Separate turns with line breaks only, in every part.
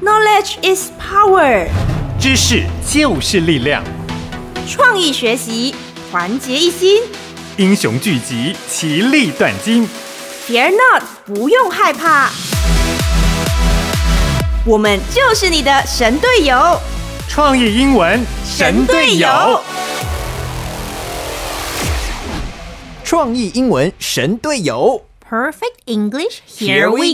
Knowledge is power，
知识就是力量，
创意学习，团结一心。
英雄聚集，其利断金。
Fear not，不用害怕，我们就是你的神队友。
创意英文神队友，
创意英文神队友。
Perfect English,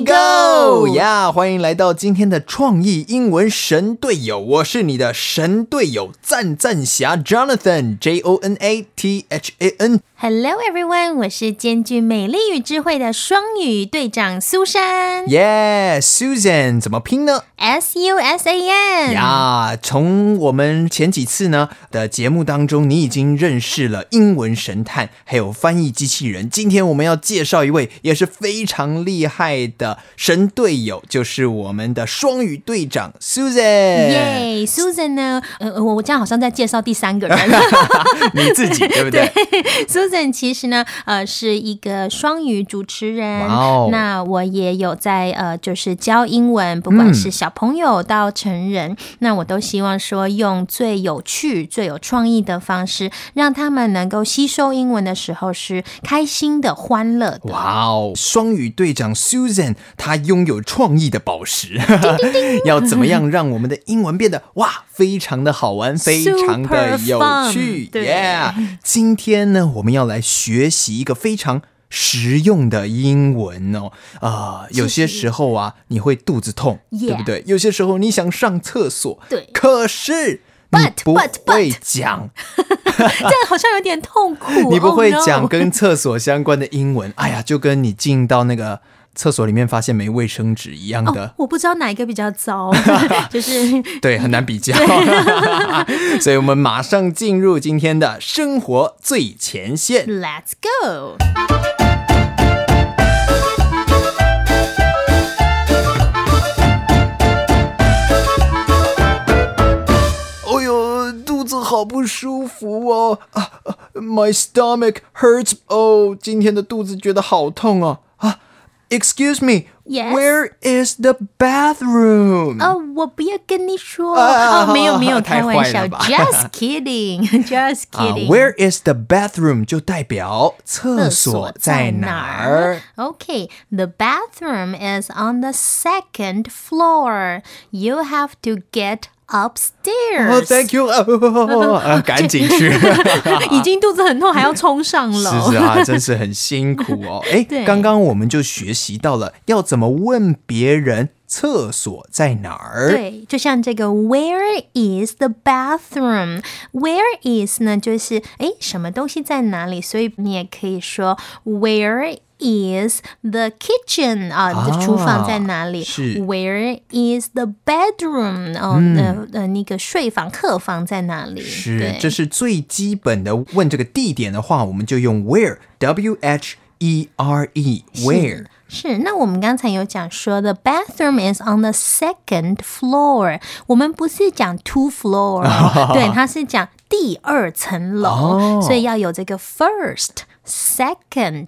go！呀、欢迎来到今天的创意英文神队友，我是你的神队友赞赞侠 Jonathan J O N A T H A N。
Hello everyone，我是兼具美丽与智慧的双语队长苏珊
Yeah，Susan 怎么拼呢？
，S U S A N。
呀，从我们前几次呢的节目当中，你已经认识了英文神探，还有翻译机器人。今天我们要介绍一位也是非常厉害的神队友，就是我们的双语队长 Susan。
耶、s u s a n 呢？呃，呃我我这样好像在介绍第三个人。
你自己对不对？
Susan 其实呢，呃，是一个双语主持人。
哇哦
那我也有在呃，就是教英文，不管是小朋友到成人，那我都希望说用最有趣、最有创意的方式，让他们能够吸收英文的时候是开心的、欢乐的。
哇哦，双语队长 Susan，她拥有创意的宝石， 要怎么样让我们的英文变得哇，非常的好玩，非常的
Super
有
fun，
趣
对
，Yeah！今天呢，我们要来学习一个非常。实用的英文哦，啊、有些时候啊，你会肚子痛
Yeah
对不对？有些时候你想上厕所，
对
可是你
But-
不
but- but
会讲
这样好像有点痛 苦。
你不会
Oh no
讲跟厕所相关的英文，哎呀，就跟你进到那个厕所里面发现没卫生纸一样的，
哦，我不知道哪一个比较糟， 就是
对，很难比较。 所以我们马上进入今天的生活最前线。
Let's go。
哎呦，肚子好不舒服哦！啊啊，My stomach hurts 哦，今天的肚子觉得好痛哦！啊，Excuse
Yes?
me，Where is the bathroom？
哦，我不要跟你说，
啊
哦，没有没有，
太
开
坏
玩笑
了吧
，just kidding，just
啊
kidding。
，Where is the bathroom 就代表厕所在哪儿。
Okay, the bathroom is on the second floor. You have to get upstairs.
哦、t h a n k Oh, you，啊、啊赶紧去。
已经肚子很痛，还要冲上楼。
是是啊，真是很辛苦 哦。哎
对，
刚刚我们就学习到了要怎么问别人厕所在哪儿。
对，就像这个 Where is the bathroom? Where is 呢？就是诶什么东西在哪里？所以你也可以说 Where is the kitchen 啊？你
啊
的厨房在哪里？
是嗯
Where is the bedroom？哦，呃呃，那个睡房、客房在哪里？
是
对，
这是最基本的。问这个地点的话，我们就用 where，w h e r e，where。
是，那我们刚才有讲说，the bathroom is on the second floor。我们不是讲 two floor，哦对，它是讲第二层楼，
哦
所以要有这个 first、second、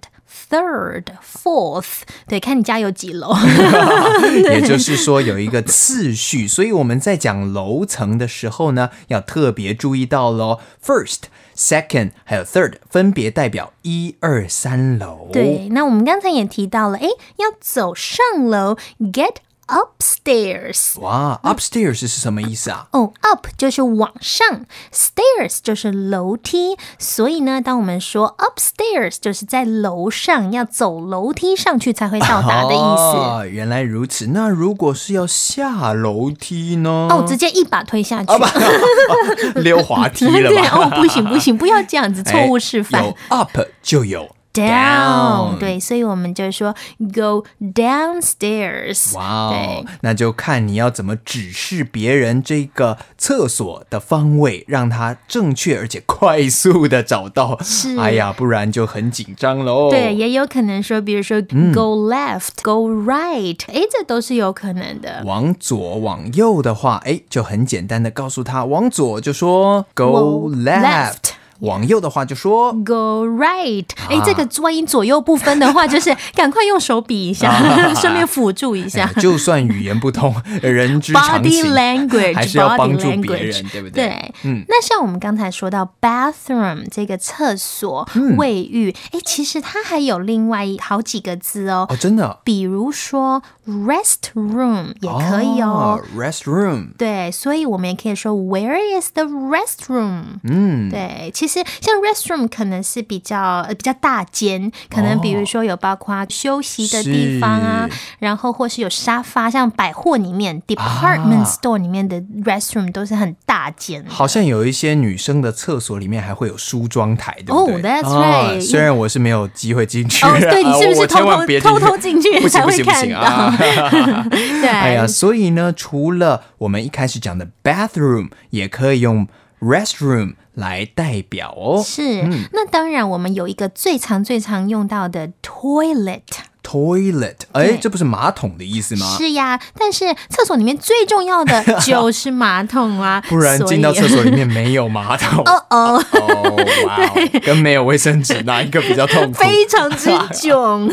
third、fourth。对，看你家有几楼。
也就是说有一个次序，所以我们在讲楼层的时候呢，要特别注意到喽。First、second 还有 third 分别代表一二三楼。
对，那我们刚才也提到了，诶，要走上楼，get upstairs。
哇，upstairs 是什么意思啊？
哦、u p 就是往上，stairs 就是楼梯，所以呢，当我们说 upstairs 就是在楼上，要走楼梯上去才会到达啊的意思。
哦，原来如此。那如果是要下楼梯呢？
哦，直接一把推下
啊
去。
溜 滑梯了
对
吧？
哦，不行不行，不要这样子，错误示
哎
范
有。up 就有 down
对，所以我们就说 go downstairs。
哇哦，那就看你要怎么指示别人这个厕所的方位，让他正确而且快速的找到。
是
哎呀，不然就很紧张喽。
对，也有可能说，比如说
嗯
go left、go right，哎，这都是有可能的。
往左往右的话，哎，就很简单的告诉他，往左就说 go
Go
left，
left
往右的话就说
Go right，哎、
啊
这个万一左右不分的话，就是 赶快用手比一下， 顺便辅助一下
啊哎。就算语言不 通，人之常
Body
情，
language
还是要帮助
body
别
language
人，对不嗯对？
对，那像我们刚才说到 bathroom 这个厕所、
嗯
卫浴，哎，其实它还有另外好几个字哦，
哦，真的
比如说 restroom 也可以哦。
Restroom，
对，所以我们也可以说 Where is the restroom？
嗯，
对，其实像 restroom 可能是比较呃比较大间，可能比如说有包括休息的地方啊，
是啊
然后或是有沙发，像百货里面 department store 里面的 restroom 都是很大间 的。
好像有一些女生的厕所里面还会有梳妆台，对
哦
不对
that's
啊
right
虽然我是没有机会进去，
哦，对你
啊
是不
我
是
我
偷
千万
偷
别
偷偷进 去
不行
才
不
会
行不
看
行
到
啊？？
对，
哎呀，所以呢，除了我们一开始讲的 bathroom，也可以用 restroom 来代表哦。
是。那当然，我们有一个最常最常用到的 toilet。
Toilet，
对
哎，这不是马桶的意思吗？
是呀，但是厕所里面最重 要的就是马桶啊，
不然
所
进到
以
厕。所里面没有马桶，
哦哦，
哦，哇哦，跟没有卫生纸哪一个比较痛苦？
非常之囧。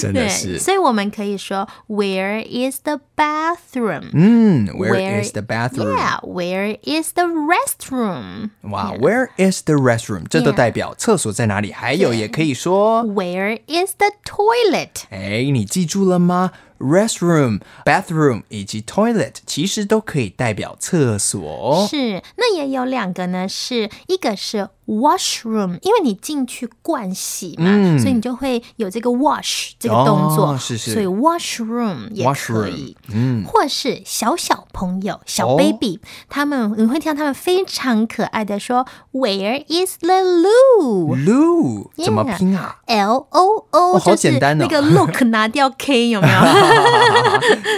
真的
对，
是。
所以我们可以说 Where is the bathroom?
嗯
Where-
，Where is the bathroom？
Yeah, where is the restroom?
哇，Where is the restroom？这都
Yeah
代表厕所在哪里。还有，也可以说，
Where is the toilet?
哎，你记住了吗？Restroom、bathroom 以及 toilet 其实都可以代表厕所哦。
是，那也有两个呢，是一个是 washroom，因为你进去盥洗嘛，所以你就会有这个 wash 这个动作，
嗯哦是是
所以 washroom 也可
Washroom，
以，嗯，或是小小朋友小 baby，、他
哦
们你会听到他们非常可爱的说 Where is the loo？
Loo 怎么
Yeah
拼啊？
L O
哦
O，
好简单哦
那个 look 拿掉 K 有没 有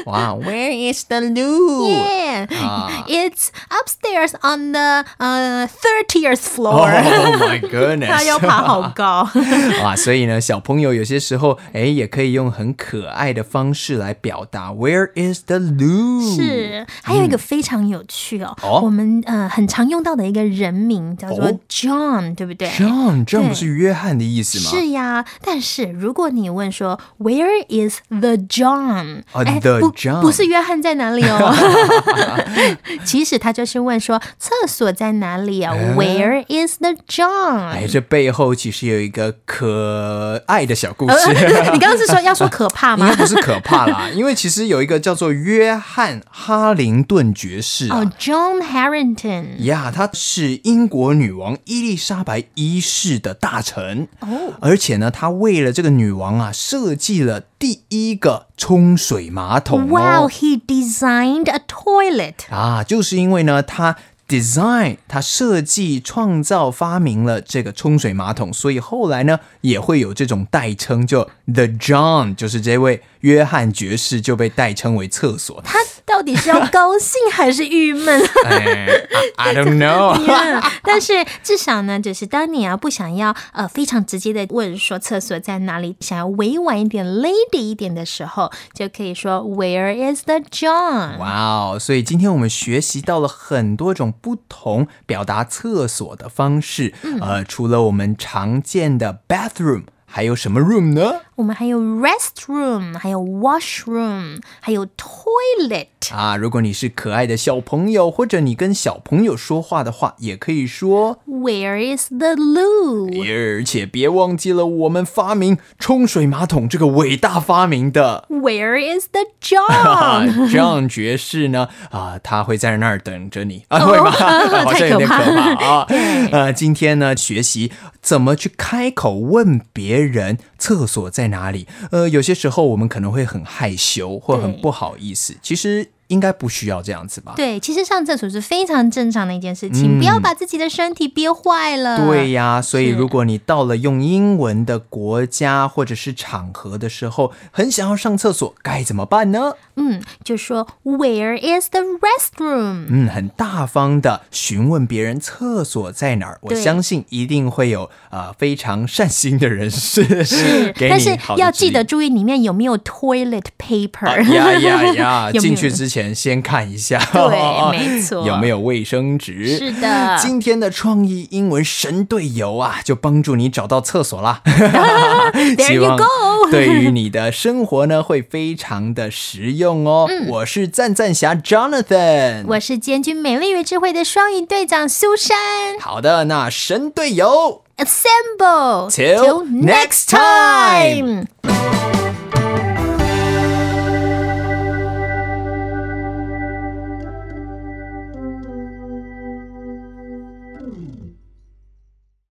哇，Where is the loo？啊
？Yeah，it's upstairs on the 呃 thirtieth
Oh
floor。
my
他
goodness！
要爬好高。
啊，所以呢，小朋友有些时候，哎，也可以用很可爱的方式来表达 Where is the loo？，
是，还有一个非常有趣哦，
嗯哦
我们呃很常用到的一个人名叫做
哦
John，、对不对
John，这样
对
不是约翰的意思吗？
是呀，但是如果你问说 Where is the John？
啊
哎
the
不
John
不是约翰在哪里 哦。其实他就是问说厕所在哪里啊、w h e r e is the John？、
哎，这背后其实有一个可爱的小故事，
呃 你刚刚是说要说可怕
应
吗
该？不是可怕 啦，因为其实有一个叫做约翰·哈灵顿爵士啊
哦、。j o h n Harrington。
呀他是英国女王伊丽莎白一世的大臣
哦
而且呢，他为了这个女王啊，设计了第一个冲水马桶、哦。
Wow, he designed a toilet.
啊，就是因为呢，他 design 他设计、创造、发明了这个冲水马桶，所以后来呢也会有这种代称，就 The John，就是这位约翰爵士就被代称为厕所。
他到底是要高兴还是郁闷？
哎，I I don't know。
但是至少呢，就是当你啊不想要呃非常直接的问说厕所在哪里，想要委婉一点、lady 一点的时候，就可以说 Where is the John？
哇哦！所以今天我们学习到了很多种不同表达厕所的方式。呃，除了我们常见的 bathroom，还有什么 room 呢？
我们还有 restroom，还有 washroom，还有 toilet。
啊，如果你是可爱的小朋友，或者你跟小朋友说话的话，也可以说。
Where is the loo？
而且别忘记了，我们发明冲水马桶这个伟大发明的
Where is the
啊
John？
，John 爵士呢啊，他会在那儿等着你啊， 会吗？
啊
好像有点可
太可
怕啊。呃，今天呢，学习怎么去开口问别人厕所在哪里。呃，有些时候我们可能会很害羞或很
对
不好意思，其实应该不需要这样子吧。
对，其实上厕所是非常正常的一件事情，不要把自己的身体憋坏了。
对呀，所以
嗯是
如果你到了用英文的国家或者是场合的时候，很想要上厕所，该怎么办呢？
嗯，就说 Where is the restroom？、
嗯，很大方的询问别人厕所在哪儿，我
对
相信一定会有呃非常善心的人士
是，
嗯给
但
你
是
好的
要
指
记
引啊
得注意里面有没有 toilet paper。
呀呀呀！
有没
进
有
去之前前先看一下，
对没 错
有没有卫生纸？
是的
今天的创意英文神队友啊，就帮助你找到厕所啦。
There
希
you
望
go
对于你的生活呢，会非常的实用哦。我是赞赞侠 Jonathan，
嗯我是兼具美丽与智慧的双语队长苏珊。
好的，那神队友。
Assemble
Till next time.